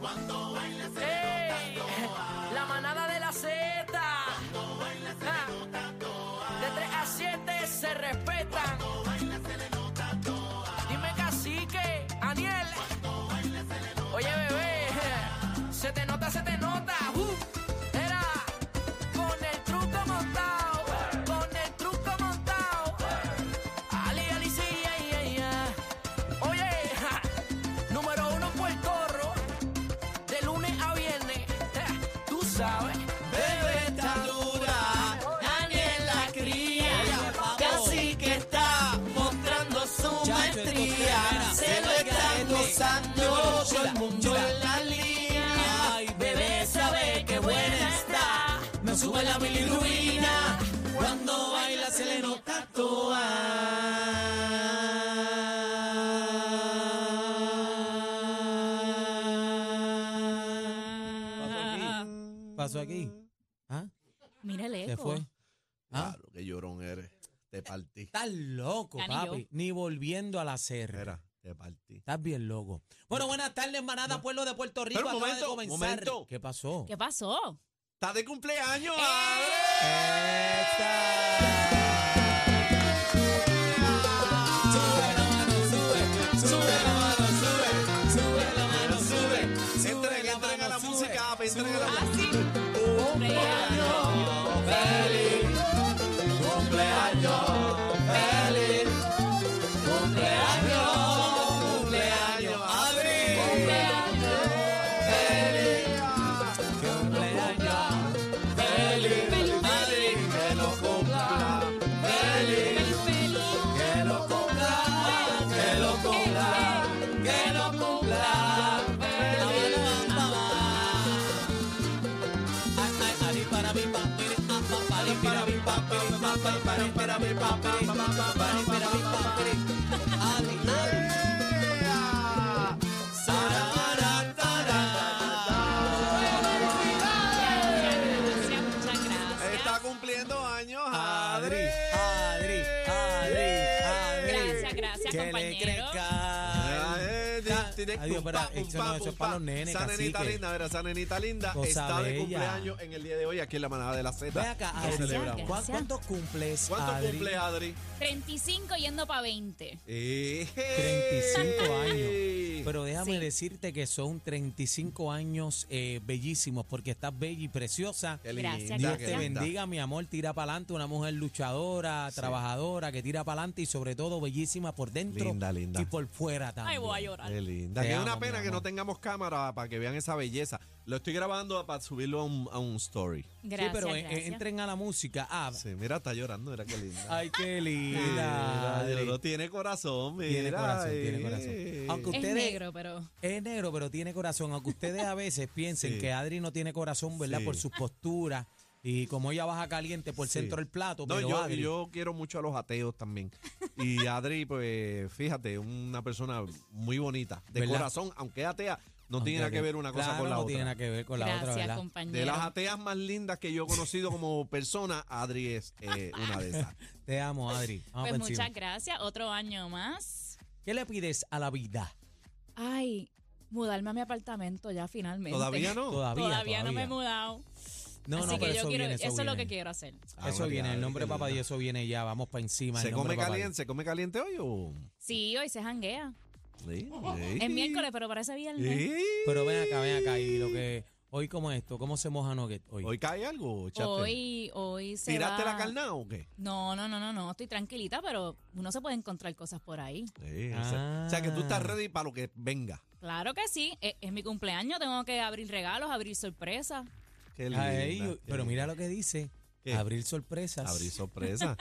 Cuando baila se le ¡Ey! nota toa. La manada de la Z. Cuando baila se Ah. le nota toa. De 3 a 7 se respetan. Cuando baila se le nota toa. Dime cacique, Aniel. Cuando baila se le nota Oye, bebé. Se te nota, se te nota. Uh, era con el truco montado. Con el truco montado. Ali, Ali, sí, ay, ay, ay. Oye, ja, número uno Puerto Rico. De lunes a viernes. ja, Tú sabes. Bebé está dura, Daniel la cría, casi que está mostrando su maestría. Se lo están gozando todo el mundo en la línea. Bebé sabe que buena está, me sube la bilirrubina. Cuando baila se le nota toa. Pasó aquí. Mm, ¿Ah? Mira el Se eco. fue. ¿Ah? Claro, qué llorón eres. Te partí. Estás loco, Ya ni papi. yo. Ni volviendo a la serra. Mira, te partí. Estás bien loco. Bueno, buenas tardes, manada, pueblo de Puerto Rico. Pero un acaba de momento, comenzar. momento. ¿Qué pasó? ¿Qué pasó? ¡Está de cumpleaños! ¡Eh! Entren, entren a la música, entren a la música. ¡Cumpleaños! ¡Adri! Gracias, muchas gracias. Está cumpliendo años, Adri, Adri. Adri, Adri, Adri. Gracias, gracias, que le compañero. crezca. Adiós, pero eso no, eso es para los nenes, Esa nenita cacique. linda, mira, esa nenita linda Cosa está de bella. cumpleaños en el día de hoy aquí en la manada de la Z. Ve acá, Lo Adri. celebramos. ¿Cuán- ¿Cuántos cumples, ¿Cuánto Adri? cumple Adri? 35 yendo para 20. Eh, 35 años. Pero déjame Sí. decirte que son 35 años eh, bellísimos porque estás bella y preciosa. Qué linda, Gracias, qué Dios gracias. te linda. bendiga, mi amor, tira para adelante, una mujer luchadora, trabajadora, que tira para adelante y sobre todo bellísima por dentro Linda, linda. y por fuera también. Ay, voy a llorar. Qué linda. Te Que es amo, una mi pena que amor. no tengamos cámara para que vean esa belleza. Lo estoy grabando para subirlo a un, a un story. Gracias, sí, pero en- gracias. entren a la música. Ah, Sí, mira, está llorando, mira qué linda. Ay, qué Mira, linda. Adri. lloró, tiene corazón, mira. Tiene corazón, ay. tiene corazón. Aunque es ustedes- negro, pero... Es negro, pero tiene corazón. Aunque ustedes a veces piensen Sí. que Adri no tiene corazón, ¿verdad? Sí. Por sus posturas y como ella baja caliente por Sí. centro del plato. No, pero yo, Adri, yo quiero mucho a los ateos también. Y Adri, pues fíjate, una persona muy bonita, de ¿Verdad? corazón, aunque es atea, no tiene aunque nada que ver una cosa claro, con la no otra. tiene nada que ver con la gracias, otra, ¿verdad? compañero. De las ateas más lindas que yo he conocido como persona, Adri es eh, una de esas. Te amo, Adri. Vamos Pues por encima. muchas gracias. Otro año más. ¿Qué le pides a la vida? Ay, mudarme a mi apartamento ya finalmente. ¿Todavía no? Todavía, Todavía, no me he mudado. No, Así no, que pero yo eso quiero, viene, eso, eso, es lo viene. que quiero hacer. Ah, Eso María, viene, el Adri, nombre de qué papá linda. Dios, eso viene ya, vamos para encima. ¿Se el come nombre de Papá Dios. caliente? ¿Se come caliente hoy o...? Sí, hoy se janguea. Sí. Es miércoles, pero parece viernes. Sí. Pero ven acá, ven acá, y lo que, hoy como esto, ¿cómo se moja Nugget hoy? ¿Hoy cae algo, Chapter? Hoy, hoy se ¿Tiraste va- la carnada o qué? No, no, no, no, no, estoy tranquilita, pero uno se puede encontrar cosas por ahí. Sí, o sea- o sea que tú estás Ah. ready para lo que venga. Claro que sí, es, es mi cumpleaños, tengo que abrir regalos, abrir sorpresas. Qué Ay, linda, qué pero linda. mira lo que dice, ¿Qué? abrir sorpresas. Abrir sorpresa.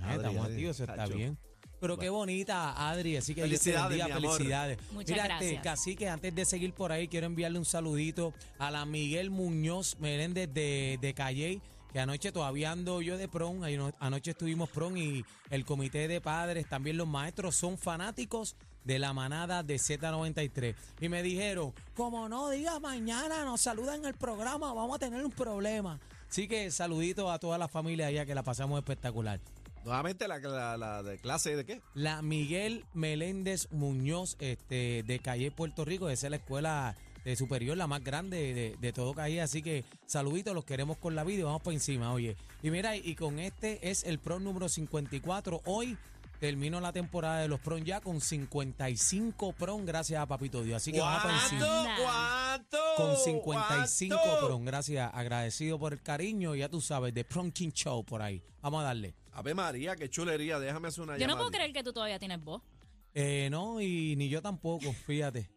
Ah, Adri, estamos Adri, activos, eso está chacho. bien. Pero qué bonita, Adri, así que Dios te Felicidades, bendiga, mi amor. felicidades. Muchas Mira, este, gracias. Cacique, antes de seguir por ahí, quiero enviarle un saludito a la Miguel Muñoz Meléndez de, de Calley, que anoche todavía ando yo de prom, ahí no- anoche estuvimos prom y el comité de padres, también los maestros, son fanáticos de la manada de Z93. Y me dijeron, como no digas mañana, nos saludan en el programa, vamos a tener un problema. Así que saludito a toda la familia allá, que la pasamos espectacular. Nuevamente la, la, la de clase de qué? La Miguel Meléndez Muñoz este, de Calle Puerto Rico, esa es la escuela de superior, la más grande de, de todo Calle. Así que saluditos, los queremos con la vida y vamos para encima, oye. Y mira, y con este es el PRON número 54. Hoy termino la temporada de los PRON ya con 55 PRON, gracias a Papito Dios. Así que vamos para encima. ¿Cuánto? Nada. ¿Cuánto? Con 55 ¿Cuánto? PRON, gracias. Agradecido por el cariño, ya tú sabes, de PRON King Show por ahí. Vamos a darle. Ave María, qué chulería, déjame hacer una Yo no llamada. puedo creer que tú todavía tienes voz. Eh, no, y ni yo tampoco, fíjate.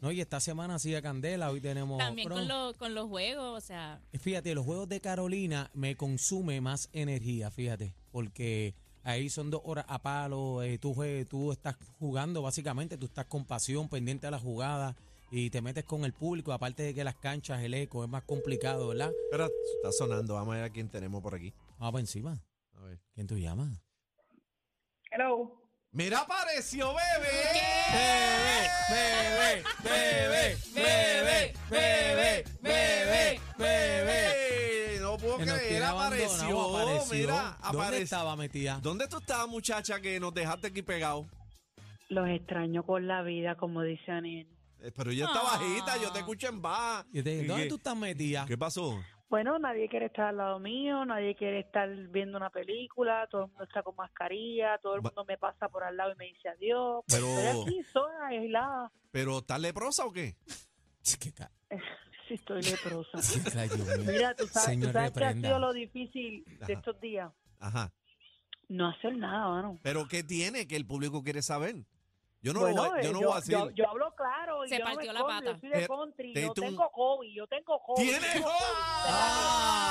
No, y esta semana sigue Candela, hoy tenemos. También con, prom. los- con los juegos, o sea, Fíjate, los juegos de Carolina me consume más energía, fíjate, porque ahí son dos horas a palo, eh, tú, jue- tú estás jugando básicamente, tú estás con pasión, pendiente a la jugada y te metes con el público, aparte de que las canchas, el eco es más complicado, ¿verdad? Espera, está sonando, vamos a ver a quién tenemos por aquí. Vamos para encima. A ver. ¿Quién tú llamas? Hello. Mira, apareció bebé. Bebé, bebé, bebé, bebé, bebé, bebé. No puedo Que nos creer, tiene apareció, abandonado, apareció. Mira, ¿Dónde apareció. estaba metida? ¿Dónde tú estabas, muchacha, que nos dejaste aquí pegado? Los extraño con la vida, como dice Aniel. Eh, Pero ella está Ah. bajita, yo te escucho en baja. Yo te dije, ¿Y ¿Dónde qué- tú estás metida? ¿Qué pasó? Bueno, nadie quiere estar al lado mío, nadie quiere estar viendo una película, todo el mundo está con mascarilla, todo el Va- mundo me pasa por al lado y me dice adiós. Pues Pero- Estoy aquí sola, aislada. ¿Pero estás leprosa o qué? Qué ca- Sí, estoy leprosa. qué ca- Dios mío. Mira, tú sabes, tú Señor, sabes que ha reprenda. sido lo difícil Ajá. de estos días. Ajá. No hacer nada, mano. ¿Pero qué tiene que el público quiere saber? Yo no, Bueno, lo voy, yo eh, no voy a decir. yo- yo hablo claro. y Se yo no me partió la escondo, pata. Yo soy de Eh, country, te yo hizo un- tengo COVID, yo tengo COVID. ¡Tiene yo-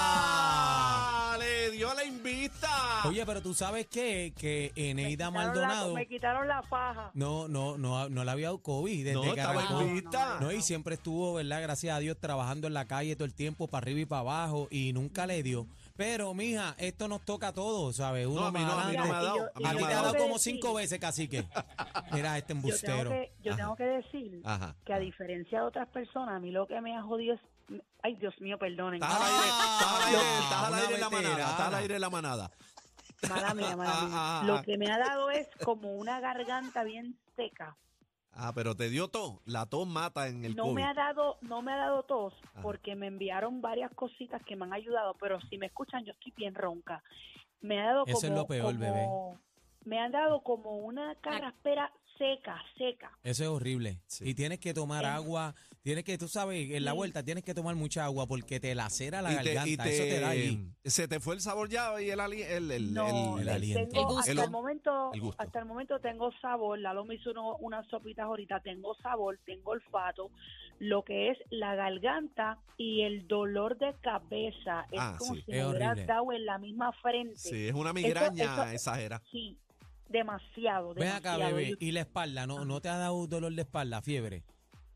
¡Ah! ¡Le dio la invista! Oye, pero tú sabes qué? que Me Eneida quitaron Maldonado la- Me quitaron la faja. no, no, no, no le había dado COVID desde no, que estaba arrancó. en vista. No, y siempre estuvo, ¿verdad? Gracias a Dios, trabajando en la calle todo el tiempo, para arriba y para abajo, y nunca le dio. Pero, mija, esto nos toca a todos, ¿sabes? Uno No, a mí más no, a mí no me adelante. ha dado. Y yo- A A mí no ti te me ha ha dado dado. Tengo que como decir- cinco veces, cacique. Mira, este Yo tengo embustero. que, yo Ajá. tengo que decir Ajá. que a diferencia de otras personas, a mí lo que me ha jodido es... Ay, Dios mío, perdonen. Estás al aire, estás al aire, Ah, estás al una aire en la manada, veterana. estás al aire en la manada. Mala mía, mala mía. Ah, ah, ah. Lo que me ha dado es como una garganta bien seca. Ah, pero te dio tos. La tos mata en el No COVID. me ha dado, no me ha dado tos Ajá. porque me enviaron varias cositas que me han ayudado, pero si me escuchan yo estoy bien ronca. Me ha dado Eso es como, lo peor, bebé. como- me han dado como una carraspera seca, seca. Eso es horrible. Sí. Y tienes que tomar Sí. agua. Tienes que, tú sabes, en la Mm. vuelta tienes que tomar mucha agua porque te lacera la Y te- y garganta. Eso te da ahí. te- Se te fue el sabor ya y el ali- el, el, No, el- el aliento. tengo- El gusto. hasta El- el momento, el gusto. hasta el momento tengo sabor. Lalo me hizo uno- unas sopitas ahorita. Tengo sabor, tengo olfato, lo que es la garganta y el dolor de cabeza. Es Ah, como sí. si Es me hubieras horrible. dado en la misma frente. Sí, es una migraña eso- exagera. Sí, demasiado, Ven acá, demasiado. bebé. Yo- Y la espalda, ¿no, ¿no te ha dado dolor de espalda, fiebre?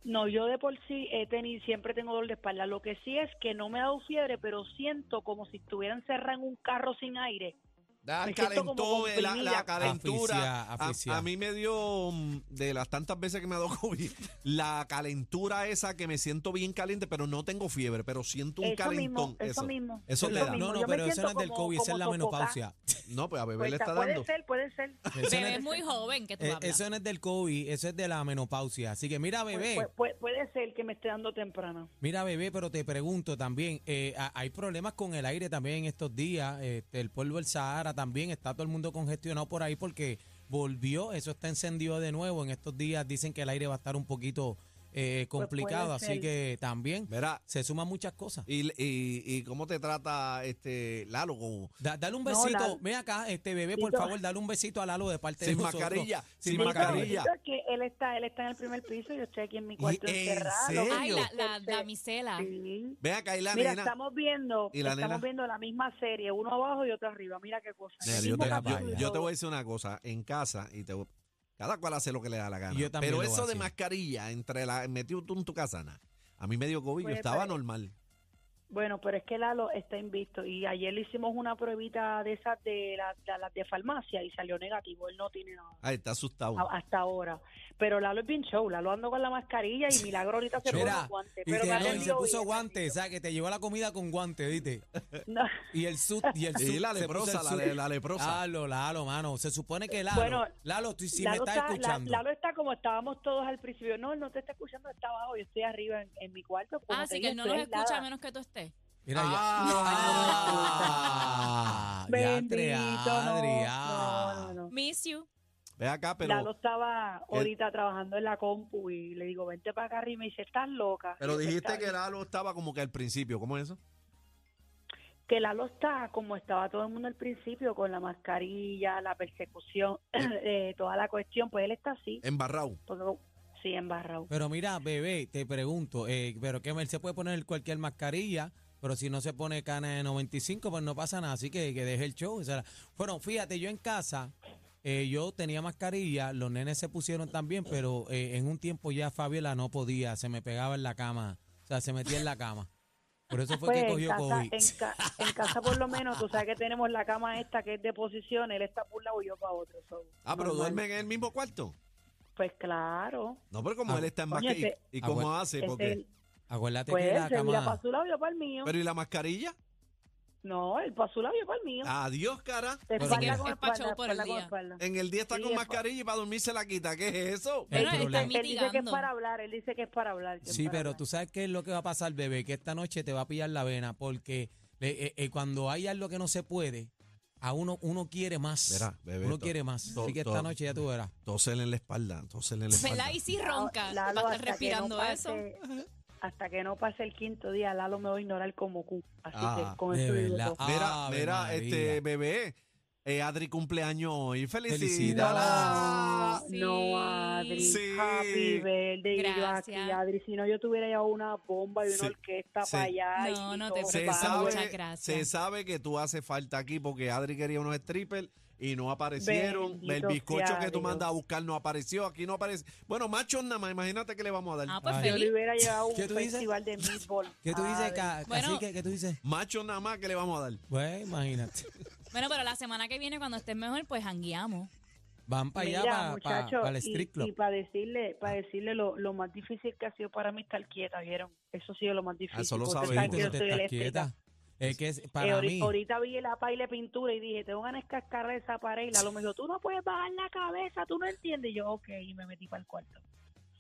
no, yo de por sí he tenido, siempre tengo dolor de espalda. Lo que sí es que no me ha dado fiebre, pero siento como si estuviera encerrada en un carro sin aire. Da Me siento como calentón, eh, la, la comprimida. calentura. Asfixia, asfixia. A, a mí me dio, mm, de las tantas veces que me ha dado COVID, la calentura esa que me siento bien caliente, pero no tengo fiebre, pero siento un Eso calentón. mismo, eso mismo. Eso te Eso da. mismo. No, no, Yo me pero eso no es siento del como- COVID, esa es como la sofocada. menopausia. No, pues a bebé Pues le está puede dando. ser, puede ser. Eso no bebé es- es muy joven que tú eh, hablas. eso no es del COVID, eso es de la menopausia. Así que mira, Pu- bebé, pu- pu- puede ser que me esté dando temprano. mira, bebé, pero te pregunto también, eh, ha- hay problemas con el aire también en estos días, este, el polvo del Sahara también, está todo el mundo congestionado por ahí porque volvió, eso está encendido de nuevo, en estos días dicen que el aire va a estar un poquito eh, Pues puede complicado, así ser. que también Verá, se suman muchas cosas. y, y- y cómo te trata este Lalo? Con- Da- dale un No, besito, Lalo. ven acá, este bebé, por Tito. favor, dale un besito a Lalo de parte de Sin nosotros. mascarilla, sin Sí, no, mascarilla. eso es que él está, él está en el primer piso, yo estoy aquí en mi cuarto ¿en encerrado. serio? Ay, la, la Sí. damisela. Sí. Ve acá y la Mira, nena. estamos viendo, ¿Y la estamos nena? viendo la misma serie, uno abajo y otro arriba. Mira qué cosa. Mira, El yo, mismo te, capítulo yo- y yo te todo. voy a decir una cosa, en casa, y te voy- cada cual hace lo que le da la gana. Yo también pero lo eso de hacía. mascarilla, entre la metido tú en tu casa, na, a mí me dio COVID, yo Pues, estaba pues, normal. Bueno, pero es que Lalo está invicto y ayer le hicimos una pruebita de esas de la- la- las de farmacia y salió negativo. Él no tiene nada Ay, está asustado. a- hasta ahora. Pero Lalo es bien show. Lalo ando con la mascarilla y milagro ahorita se pone Mira, los guantes. y, Pero que me no, y se alegro puso bien, guantes, ¿sabes? Que te llevó la comida con guantes, ¿viste? No. Y el sud, y el Sí, sud. la se puso leprosa, el Ah, la sud. le- la leprosa. Lalo, Lalo, mano. Se supone que Lalo, Bueno, Lalo, tú si Lalo me estás está- la- escuchando. Lalo está como estábamos todos al principio. No, él no te está escuchando, está abajo. Yo estoy arriba en, en mi cuarto. como Ah, te así dije, que él no estoy nos escucha aislada. a menos que tú estés. Mira, ya. Ah. Ah, ya, Adri, Bendito, no, Adri, no, no, ah. no. Miss you. Ve acá, Lalo pero, estaba ahorita trabajando en la compu y le digo, vente para acá arriba y me dice, estás loca. pero Y yo, dijiste "Está que bien". Lalo estaba como que al principio. ¿Cómo es eso? Que Lalo está como estaba todo el mundo al principio, con la mascarilla, la persecución, eh, toda la cuestión, pues él está así, Eh. Embarrado. porque sí, embarrado. Pero mira, bebé, te pregunto, eh, pero que él se puede poner cualquier mascarilla, pero si no se pone cana de 95, pues no pasa nada, así que, que deje el show. o sea, bueno, fíjate, yo en casa, eh, yo tenía mascarilla, los nenes se pusieron también, pero eh, en un tiempo ya Fabiola no podía, se me pegaba en la cama, o sea, se metía en la cama. Por eso fue Pues que en cogió casa, COVID. en, ca- en casa por lo menos, tú sabes que tenemos la cama esta que es de posición, él está por un lado y yo para otro. so, Ah, pero normal. duermen en el mismo cuarto. Pues claro. No, pero como Ah. él está en Coño, mascarilla. ese- ¿Y, y cómo Agua- hace? Este, Porque, Acuérdate pues que él la se mira para cama... su lado y yo para el mío. pero ¿y la mascarilla? No, él para su lado y yo para el mío. Adiós, cara. De Ah, Pero espalda que- con Es pa' espalda, show por el espalda con día. espalda. En el día está Ah. Sí, con es- mascarilla y para dormir se la quita. ¿Qué es eso? El Él Bueno, dice, está problema- él dice que es mitigando. para hablar, él dice que es para hablar. que es Sí, para pero hablar. tú sabes qué es lo que va a pasar, bebé, que esta noche te va a pillar la vena, porque le- eh, eh, cuando hay algo que no se puede, a uno uno quiere más. Verá, bebé, uno to- quiere más. to- Así que to- esta noche ya tú verás. Tósele en la espalda. Tósele en la espalda. ¿Verdad? Y si ronca. Va a Lalo, estar hasta que respirando no eso. pase- Hasta que no pase el quinto día, Lalo me va a ignorar como Q. Así Ah, que con de eso digo verdad. todo. Mira, Ave mira, María. este bebé. eh, Adri cumpleaños hoy. Felicidades. Felicidades. Sí. No, Adri. Sí. Happy birthday. Y yo aquí, Gracias. Adri. Si no, yo tuviera ya una bomba y una Sí, orquesta sí. para allá. No, y no todo te Se Wow, preparado. muchas sabe, gracias. se sabe que tú haces falta aquí porque Adri quería unos strippers y no aparecieron. Bendito el bizcocho sea que tú Dios. mandas a buscar no apareció. Aquí no aparece. Bueno, macho nada más. Imagínate que le vamos a dar. Ah, pues Ay. Yo le feliz. hubiera llevado un ¿Qué tú dices? festival de meatball. ¿Qué tú dices, Adri. ca- Bueno. cacique? ¿Qué tú dices? Macho nada más que le vamos a dar. Pues imagínate. Bueno, pero la semana que viene, cuando estés mejor, pues jangueamos. Van para allá, Mira, para muchacho, el y- street y, club. para decirle, para decirle lo, lo más difícil que ha sido para mí estar quieta, ¿vieron? Eso ha sido lo más Ah, difícil. Eso lo porque sabemos. Sí, saben tú que no yo te soy estás eléctrica. quieta. Es que es Eh, para ahori- mí. Ahorita vi la paila de pintura y dije, tengo ganas de cascarle esa pared. Y Lalo me dijo, tú no puedes bajar la cabeza, tú no entiendes. Y yo, ok, y me metí para el cuarto.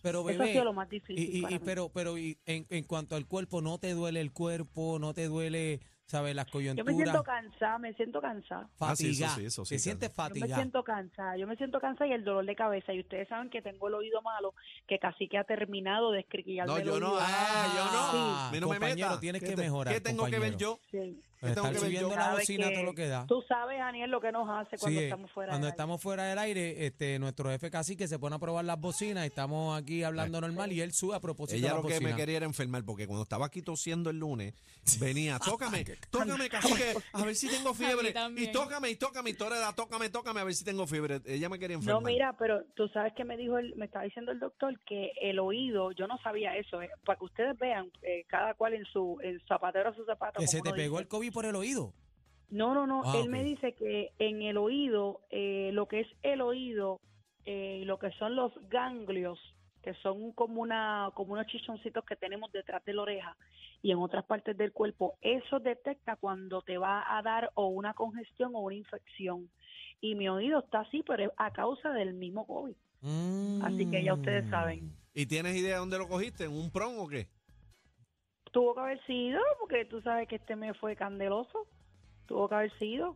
Pero Eso ha bebé, sido lo más y, difícil y- para y- mí. pero pero y en, en cuanto al cuerpo, no te duele el cuerpo, no te duele, ¿sabes? Las Yo me siento coyunturas. cansada, me siento cansada. Ah, sí, eso Fatiga. sí, eso sí, Te sientes Yo me fatigada. siento cansada, yo me siento cansada y el dolor de cabeza. Y ustedes saben que tengo el oído malo, que casi que ha terminado de escriquillarme No, el yo no, oído. ah, yo no. Sí. A mí no me Compañero, meta. tienes ¿Qué que te- mejorar, ¿Qué tengo que ver compañero. yo? Sí. ¿Qué tengo Estar que ver subiendo yo? la Sabes bocina que todo lo que da. Tú sabes, Daniel, lo que nos hace Este, cuando Sí, estamos fuera cuando del aire. estamos fuera del aire, este, nuestro jefe casi que se pone a probar las bocinas, estamos aquí hablando normal y él sube a propósito de Eh, Ella las lo que me bocinas. quería era enfermar porque cuando estaba aquí tosiendo el lunes, venía, tócame, tócame, cacique, a ver si tengo fiebre. Y también. tócame, y tócame, y toda la edad, tócame, tócame, a ver si tengo fiebre. Ella me quería enfermar. No, mira, pero tú sabes que me dijo, el- me estaba diciendo el doctor que el oído, yo no sabía eso, eh, para que ustedes vean, eh, cada cual en su en zapatero a su zapato. Que se te como uno pegó el dice. COVID por el oído. No, no, no, Ah, él ok. me dice que en el oído, eh, lo que es el oído, eh, lo que son los ganglios, que son como, una, como unos chichoncitos que tenemos detrás de la oreja y en otras partes del cuerpo, eso detecta cuando te va a dar o una congestión o una infección. Y mi oído está así, pero es a causa del mismo COVID. Así que ya ustedes Mm. saben. ¿Y tienes idea de dónde lo cogiste? ¿En un prom o qué? Tuvo que haber sido, porque tú sabes que este mes fue candeloso. Tuvo que haber sido.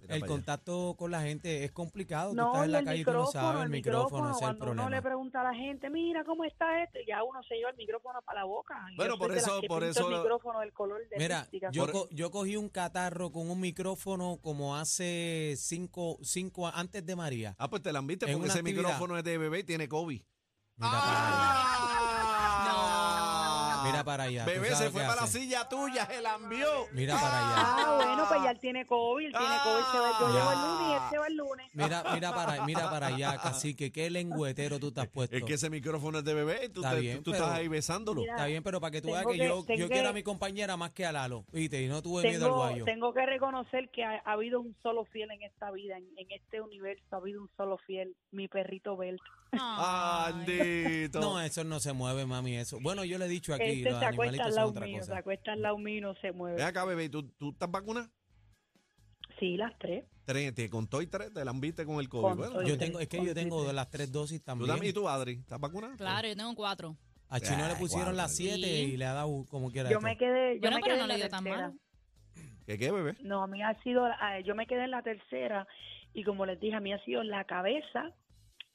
Mira El para allá. contacto con la gente es complicado. Oh, Tú No, estás en y la el calle y tú no micrófono, sabes, el micrófono, ese es el cuando uno le problema. pregunta a la gente, mira cómo está esto, ya uno se lleva el micrófono para la boca. Y Bueno, yo por soy de las eso- que por pinto eso lo- El micrófono del color de Mira, mística. yo, Por- co- yo cogí un catarro con un micrófono como hace cinco, cinco a- antes de María. Ah, pues te la viste En porque una ese actividad. micrófono es de bebé y tiene COVID. Mira Ah. Ah. Mira para allá, tú Bebé se sabes fue qué para la hace. silla tuya, se la envió. Mira para allá. pues Ah, bueno, pues ya él tiene COVID, él tiene COVID, se va, yo Ah. llevo el lunes y él se va el lunes. pone. Mira, mira para, mira para allá, cacique, qué lengüetero tú te has puesto. Es que ese micrófono es de bebé y tú, Está te- bien, tú pero- estás ahí besándolo. Mira, Está bien, pero para que tú veas Tengo que, que- yo, yo tengo quiero a que- mi compañera más que a Lalo, ¿viste? Y no tuve miedo al Tengo, guayo. tengo que reconocer que ha, ha habido un solo fiel en esta vida, en, en este universo ha habido un solo fiel, mi perrito Bel. Andito. No, eso no se mueve, mami, eso. Bueno, yo le he dicho aquí, Este los se acuesta animalitos al son lado otra mío, se cosa. acuesta al lado mío y no se mueve. Ven acá, bebé, ¿y ¿tú, tú estás vacunada? Sí, las tres. Tres, te contó y tres, te la han visto con el COVID. Con Bueno, todo y Yo tú- tres. tengo, es que yo tengo de las tres dosis tú también y también. tú, Adri, ¿estás vacunada? Claro, yo tengo cuatro. A Chino le Ay, pusieron guarda. las siete Sí. y le ha dado como quiera. Yo esto. me quedé, yo Bueno, me pero quedé no en le la dio tan tercera. mal. ¿Qué qué, bebé? No, a mí ha sido, ah, yo me quedé en la tercera y como les dije, a mí ha sido la cabeza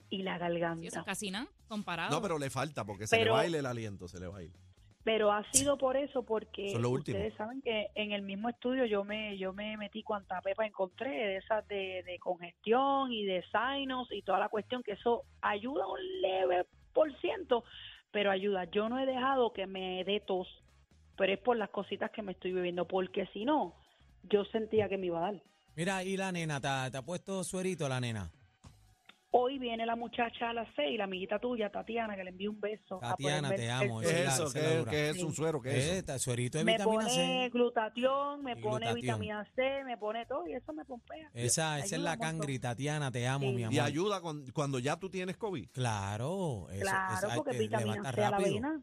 y Sí, la eso garganta. es casi nada comparado. No, pero le falta porque se le Pero- baila el aliento, se le baila. Pero ha sido por eso, porque Eso es lo último. ustedes saben que en el mismo estudio yo me yo me metí cuanta pepa encontré, de esas de, de congestión y de signos y toda la cuestión, que eso ayuda un leve por ciento, pero ayuda. Yo no he dejado que me dé tos, pero es por las cositas que me estoy bebiendo, porque si no, yo sentía que me iba a dar. Mira, y la nena, ¿te, ha- te ha puesto suerito la nena? Hoy viene la muchacha a las seis, la amiguita tuya, Tatiana, que le envío un beso. a Tatiana, ponerme te el- amo, el- esa ¿Qué es es la- eso? esa es la ¿Qué, dura. Eh, qué es un suero? ¿Qué es eso? Esta, suerito de me vitamina pone C. glutatión, me Y pone glutatión. vitamina C, me pone todo y eso me pompea. Esa, esa es Ayuda la un montón. cangri, Tatiana, te amo, Sí. mi Y amor. Y ayuda cuan- cuando, ya tú tienes COVID. Claro, eso, Claro, esa- porque te vitamina levanta C a la rápido. avena,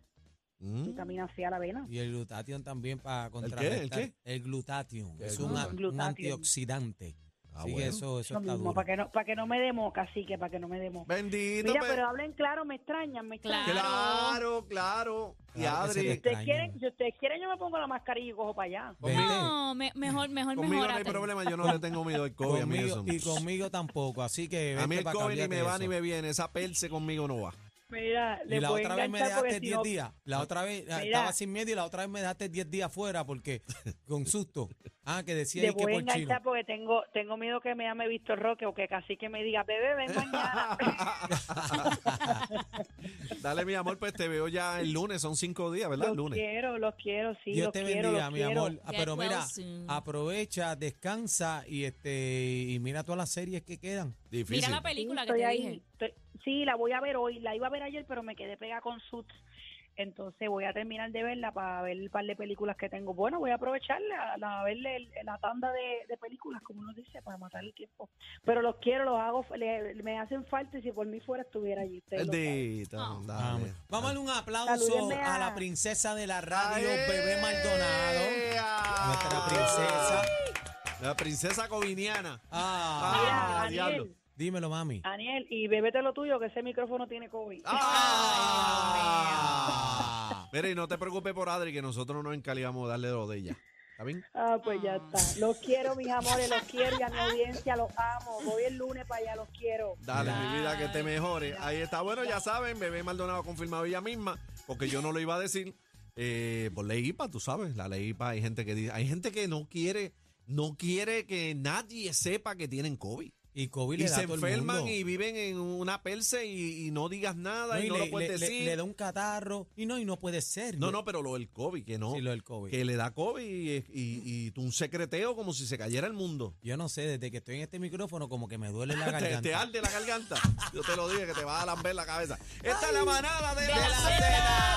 Mm. vitamina C a la avena. Y el glutatión también para qué? ¿El contrarrestar. qué? El glutatión. ¿Qué Es es un, a- glutatión? un Glutatión. antioxidante. Ah, Así que bueno. eso, eso Lo está mismo, duro. para que no, para que no me dé moca, así que para que no me dé moca. Bendito, Mira, pe- pero hablen claro, me extrañan, me extrañan. Claro. claro, claro. Y Claro que se Adri, te- Ustedes Extrañan. quieren, si ustedes quieren, yo me pongo la mascarilla y cojo para allá. Vente. No, me- mejor, mejor, conmigo no hay mejorate. problema, yo no le tengo miedo al COVID. a mí Conmigo, eso. y conmigo tampoco. Así que A mí vente el pa' COVID ni cambiarte me va eso. ni me viene. Esa perse conmigo no va. Mira, Y le la puedo otra vez me enganchar porque dejaste si 10 no, días. La otra vez ah, Mira. estaba sin miedo y la otra vez me dejaste 10 días fuera porque con susto. Ah, que decía le ahí que voy a por chino. enganchar porque tengo, tengo miedo que me llame Víctor Roque o que casi que me diga, bebé, ven mañana. Dale, mi amor, pues te veo ya el lunes. Son cinco días, ¿verdad? El los lunes. quiero, los quiero, sí, Dios los te quiero, bendiga, los mi quiero. amor. Ah, Get Pero well mira, soon. ah, aprovecha, descansa y este y mira todas las series que quedan. Mira Difícil. la película Sí, que estoy te ahí, dije. estoy- sí, la voy a ver hoy. La iba a ver ayer, pero me quedé pegada con Suits. Entonces voy a terminar de verla para ver el par de películas que tengo. Bueno, voy a aprovecharla, la, a verle el- la tanda de, de películas, como uno dice, para matar el tiempo. Pero los quiero, los hago, le- me hacen falta y si por mí fuera estuviera allí. ustedes lo saben. Bendito, Ah. dale. Vamos a darle un aplauso Salúdenme a... a- la princesa de la Ay, radio, Bebé Maldonado. Nuestra princesa. La princesa coviniana. Ah, Ah, Daniel. diablo. dímelo, mami. Daniel, y bébete lo tuyo, que ese micrófono tiene COVID. Ah. Mira, y no te preocupes por Adri, que nosotros nos encargamos de darle lo de ella. ¿Está bien? Ah, pues ya está. Los quiero, mis amores, los quiero y a mi audiencia los amo. Voy el lunes para allá, los quiero. Dale, mi vida, que te mejore. Ahí está. Bueno, ya saben, Bebé Maldonado confirmado ella misma, porque yo no lo iba a decir. Eh, por ley IPA, tú sabes, la ley IPA hay gente que dice, hay gente que no quiere, no quiere que nadie sepa que tienen COVID. Y COVID Y le da se a todo el enferman mundo. y viven en una perse y, y no digas nada No, y, y no le, lo puedes le- le- decir. le da un catarro. Y no, y no puede ser. no, no, pero lo del COVID, que no. Sí, lo del COVID. Que le da COVID y, y, y tú un secreteo como si se cayera el mundo. Yo no sé, desde que estoy en este micrófono como que me duele la Te, garganta. te arde la garganta. Yo te lo dije que te va a lamber la cabeza. Esta es la manada de, la, la Z.